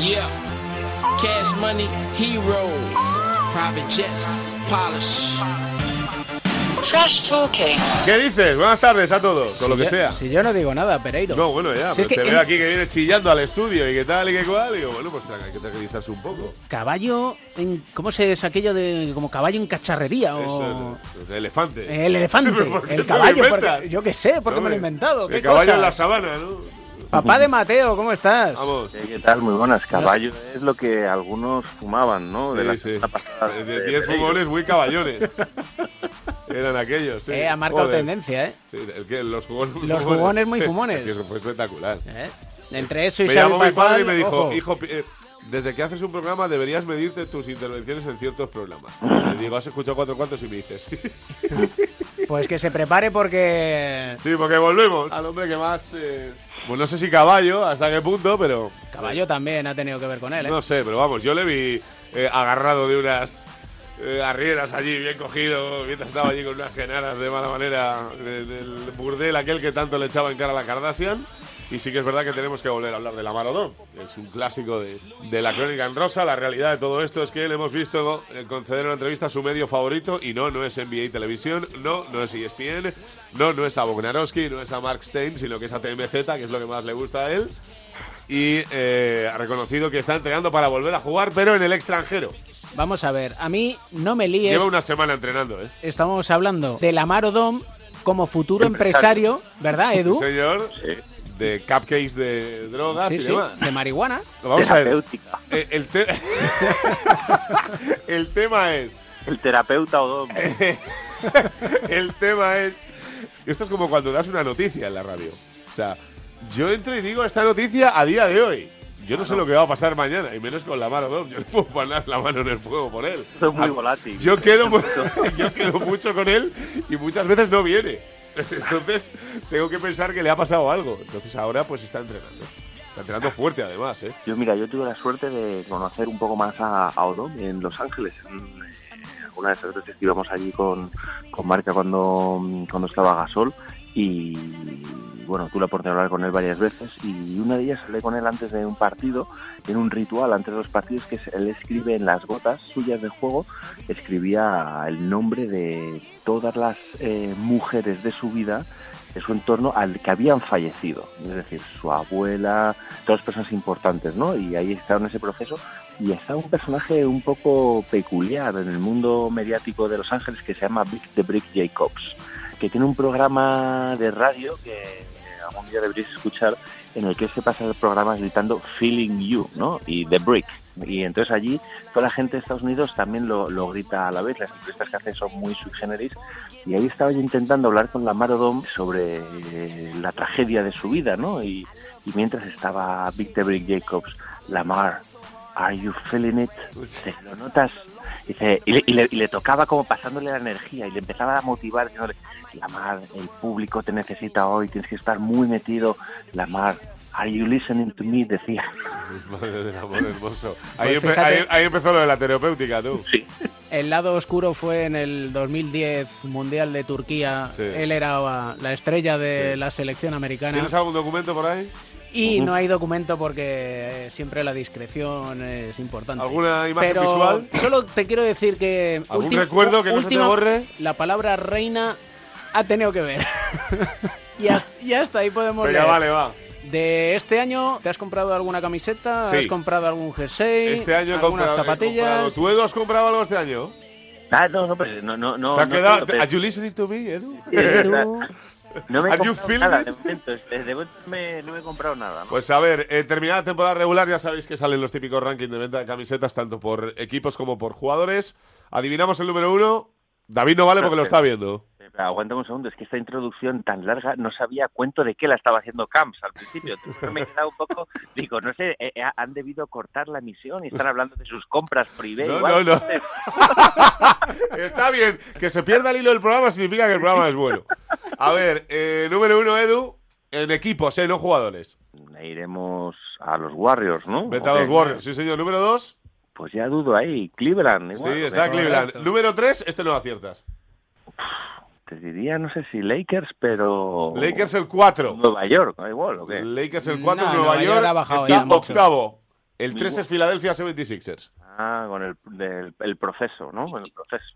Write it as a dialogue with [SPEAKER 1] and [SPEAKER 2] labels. [SPEAKER 1] Yeah. Cash money, heroes. Private jets, polish.
[SPEAKER 2] Trash talking.
[SPEAKER 3] ¿Qué dices? Buenas tardes a todos, con lo que
[SPEAKER 4] yo,
[SPEAKER 3] sea.
[SPEAKER 4] Si yo no digo nada, Pereiro.
[SPEAKER 3] No, bueno, ya.
[SPEAKER 4] Si es
[SPEAKER 3] pero te
[SPEAKER 4] que
[SPEAKER 3] veo
[SPEAKER 4] en-
[SPEAKER 3] aquí que vienes chillando al estudio y qué tal y qué cual. Y digo, bueno, pues hay que tranquilizarse un poco.
[SPEAKER 4] Caballo. En, ¿Cómo se es aquello de. como caballo en cacharrería?
[SPEAKER 3] Eso
[SPEAKER 4] o...
[SPEAKER 3] es, es de elefante.
[SPEAKER 4] El elefante,
[SPEAKER 3] Pero ¿por qué te
[SPEAKER 4] el
[SPEAKER 3] lo
[SPEAKER 4] caballo,
[SPEAKER 3] inventas?
[SPEAKER 4] porque, yo qué sé, porque me lo
[SPEAKER 3] Hombre,
[SPEAKER 4] he inventado. ¿Qué
[SPEAKER 3] El caballo
[SPEAKER 4] cosas?
[SPEAKER 3] en la sabana, ¿no?
[SPEAKER 4] Papá de Mateo, ¿cómo estás?
[SPEAKER 3] Vamos.
[SPEAKER 5] Sí, ¿Qué tal? Muy buenas. Caballo es lo que algunos fumaban, ¿no? de la
[SPEAKER 3] Sí, sí.
[SPEAKER 5] semana pasada.
[SPEAKER 3] De
[SPEAKER 5] de
[SPEAKER 3] 10
[SPEAKER 5] Pereiro.
[SPEAKER 3] fumones, muy caballones. Eran aquellos, sí.
[SPEAKER 4] Eh, ha marcado
[SPEAKER 3] Joder.
[SPEAKER 4] tendencia, ¿eh?
[SPEAKER 3] Sí, el que- los jugones muy
[SPEAKER 4] Los jugones muy fumones.
[SPEAKER 3] Es que eso fue espectacular.
[SPEAKER 4] ¿Eh? Entre eso y
[SPEAKER 3] me
[SPEAKER 4] Xavi
[SPEAKER 3] llamó mi padre y me
[SPEAKER 4] Pascual,
[SPEAKER 3] dijo,
[SPEAKER 4] ojo.
[SPEAKER 3] hijo, pi- eh, desde que haces un programa deberías medirte tus intervenciones en ciertos programas. Le digo, has escuchado cuatro cuantos y me dices. sí,
[SPEAKER 4] Pues que se prepare porque.
[SPEAKER 3] porque volvemos al hombre que más... eh, Pues no sé si caballo, hasta qué punto, pero...
[SPEAKER 4] Caballo también ha tenido que ver con él, ¿eh?
[SPEAKER 3] No sé, pero vamos, yo le vi eh, agarrado de unas eh, arrieras allí, bien cogido, mientras estaba allí con unas genaras de mala manera de- del burdel aquel que tanto le echaba en cara a la Kardashian. Y sí que es verdad que tenemos que volver a hablar de la Marodón. Es un clásico de, de la crónica en rosa. La realidad de todo esto es que le hemos visto eh, conceder una entrevista a su medio favorito y no, no es NBA Televisión, no, no es E ESPN, no, no es a Bognarowski, no es a Mark Stein, sino que es a TMZ, que es lo que más le gusta a él y eh, ha reconocido que está entrenando para volver a jugar, pero en el extranjero.
[SPEAKER 4] Vamos a ver, a mí no me líes.
[SPEAKER 3] Lleva una semana entrenando, ¿eh?
[SPEAKER 4] Estamos hablando de Lamar Odom como futuro empresario, ¿verdad, Edu?
[SPEAKER 3] Señor, de cupcakes de drogas
[SPEAKER 4] Sí,
[SPEAKER 3] y
[SPEAKER 4] sí,
[SPEAKER 3] demás.
[SPEAKER 4] de marihuana.
[SPEAKER 3] Vamos a ver.
[SPEAKER 5] Terapéutica.
[SPEAKER 3] eh, El, te- el tema es.
[SPEAKER 5] El terapeuta Odom.
[SPEAKER 3] El tema es. Esto es como cuando das una noticia en la radio. O sea, yo entro y digo esta noticia a día de hoy. Yo no
[SPEAKER 4] Ah,
[SPEAKER 3] sé lo que va a pasar mañana, y menos con la mano Dom. Yo no puedo poner la mano en el fuego por él.
[SPEAKER 5] Eso es muy
[SPEAKER 3] A-
[SPEAKER 5] volátil.
[SPEAKER 3] Yo quedo, mu- yo quedo mucho con él y muchas veces no viene. Entonces, tengo que pensar que le ha pasado algo. Entonces, ahora pues está entrenando. Está entrenando fuerte, además, ¿eh?
[SPEAKER 5] Yo, mira, yo tuve la suerte de conocer un poco más a, a Odom en Los Ángeles. En, eh, Una de esas veces que íbamos allí con, con Marca cuando, cuando estaba Gasol y bueno, tuve la oportunidad de hablar con él varias veces y una de ellas hablé con él antes de un partido, en un ritual antes de los partidos que es- él escribe en las gotas suyas de juego, escribía el nombre de todas las eh, mujeres de su vida de su entorno al que habían fallecido, es decir, su abuela, todas personas importantes, ¿no? Y ahí estaba en ese proceso y está un personaje un poco peculiar en el mundo mediático de Los Ángeles que se llama Big the Brick Jacobs, que tiene un programa de radio que algún día deberéis escuchar en el que se pasa el programa gritando Feeling You, ¿no? Y The Brick. Y entonces allí toda la gente de Estados Unidos también lo, lo grita a la vez, las entrevistas que hace son muy sui generis y ahí estaba yo intentando hablar con la Marodom sobre eh, la tragedia de su vida, ¿no? Y, y mientras estaba Victor Brick Jacobs, Lamar, ¿Are you feeling it? Dice, ¿Lo notas? Dice, y, le, y le- y le tocaba como pasándole la energía y le empezaba a motivar, diciéndole, Lamar, el público te necesita hoy, tienes que estar muy metido. Lamar, ¿Are you listening to me? Decía.
[SPEAKER 3] Madre del amor hermoso. Ahí,
[SPEAKER 4] Pues
[SPEAKER 3] empe- ahí-
[SPEAKER 4] fíjate.
[SPEAKER 3] ahí empezó lo de la terapéutica, tú.
[SPEAKER 4] El lado oscuro fue en el 2010 Mundial de Turquía.
[SPEAKER 3] Sí.
[SPEAKER 4] Él era uh, la estrella de
[SPEAKER 3] Sí.
[SPEAKER 4] la selección americana.
[SPEAKER 3] ¿Tienes algún documento por ahí?
[SPEAKER 4] Y no hay documento porque eh, siempre la discreción es importante.
[SPEAKER 3] ¿Alguna imagen
[SPEAKER 4] Pero
[SPEAKER 3] visual?
[SPEAKER 4] solo te quiero decir que...
[SPEAKER 3] ¿Algún
[SPEAKER 4] ultim-
[SPEAKER 3] recuerdo que no se te
[SPEAKER 4] última-
[SPEAKER 3] borre?
[SPEAKER 4] La palabra reina ha tenido que ver. y, hasta, y hasta ahí podemos
[SPEAKER 3] Venga,
[SPEAKER 4] leer.
[SPEAKER 3] vale, va.
[SPEAKER 4] De este año, ¿te has comprado alguna camiseta?
[SPEAKER 3] Sí.
[SPEAKER 4] ¿Has comprado algún jersey?
[SPEAKER 3] Este año he
[SPEAKER 4] algunas
[SPEAKER 3] comprado, he comprado.
[SPEAKER 4] zapatillas.
[SPEAKER 3] ¿Tú, Edu, has comprado algo este año?
[SPEAKER 5] Ah, no, no, pero no, no, no.
[SPEAKER 3] ¿Te ha
[SPEAKER 5] no
[SPEAKER 3] quedado?
[SPEAKER 5] tengo, pero-
[SPEAKER 3] ¿Are you listening to me, Edu?
[SPEAKER 4] Edu.
[SPEAKER 5] No me he
[SPEAKER 3] ¿Have you
[SPEAKER 5] comprado
[SPEAKER 3] feeling
[SPEAKER 5] nada,
[SPEAKER 3] it?
[SPEAKER 5] de momento, este, de momento me- no me he comprado nada. ¿no?
[SPEAKER 3] Pues a ver, eh, terminada temporada regular, ya sabéis que salen los típicos rankings de venta de camisetas, tanto por equipos como por jugadores. Adivinamos el número uno. David no vale porque lo está viendo.
[SPEAKER 5] Eh, pero Aguanta un segundo, es que esta introducción tan larga no sabía a cuento de qué la estaba haciendo Camps al principio. Entonces pues, me he quedado un poco, digo, no sé, eh, eh, han debido cortar la emisión y están hablando de sus compras privé.
[SPEAKER 3] No,
[SPEAKER 5] igual.
[SPEAKER 3] no, no. Está bien, que se pierda el hilo del programa significa que el programa es bueno. A ver, eh, número uno, Edu, en equipos, eh, no jugadores.
[SPEAKER 5] Iremos a los Warriors, ¿no?
[SPEAKER 3] Venta a los
[SPEAKER 5] Ok.
[SPEAKER 3] Warriors, sí señor. Número dos,
[SPEAKER 5] Pues ya dudo ahí, Cleveland.
[SPEAKER 3] sí,
[SPEAKER 5] Igual,
[SPEAKER 3] está
[SPEAKER 5] Pero
[SPEAKER 3] Cleveland. Número tres, este no lo aciertas.
[SPEAKER 5] Te diría, no sé si Lakers, pero...
[SPEAKER 3] Lakers el cuatro.
[SPEAKER 5] Nueva York, ¿no? igual, ¿o qué?
[SPEAKER 3] Lakers el 4,
[SPEAKER 4] No,
[SPEAKER 3] Nueva,
[SPEAKER 4] Nueva York
[SPEAKER 3] York,
[SPEAKER 4] ha bajado
[SPEAKER 3] está
[SPEAKER 4] ya mucho.
[SPEAKER 3] octavo. El 3 es Filadelfia 76ers.
[SPEAKER 5] Ah, con el, del- el proceso, ¿no? Con el proceso.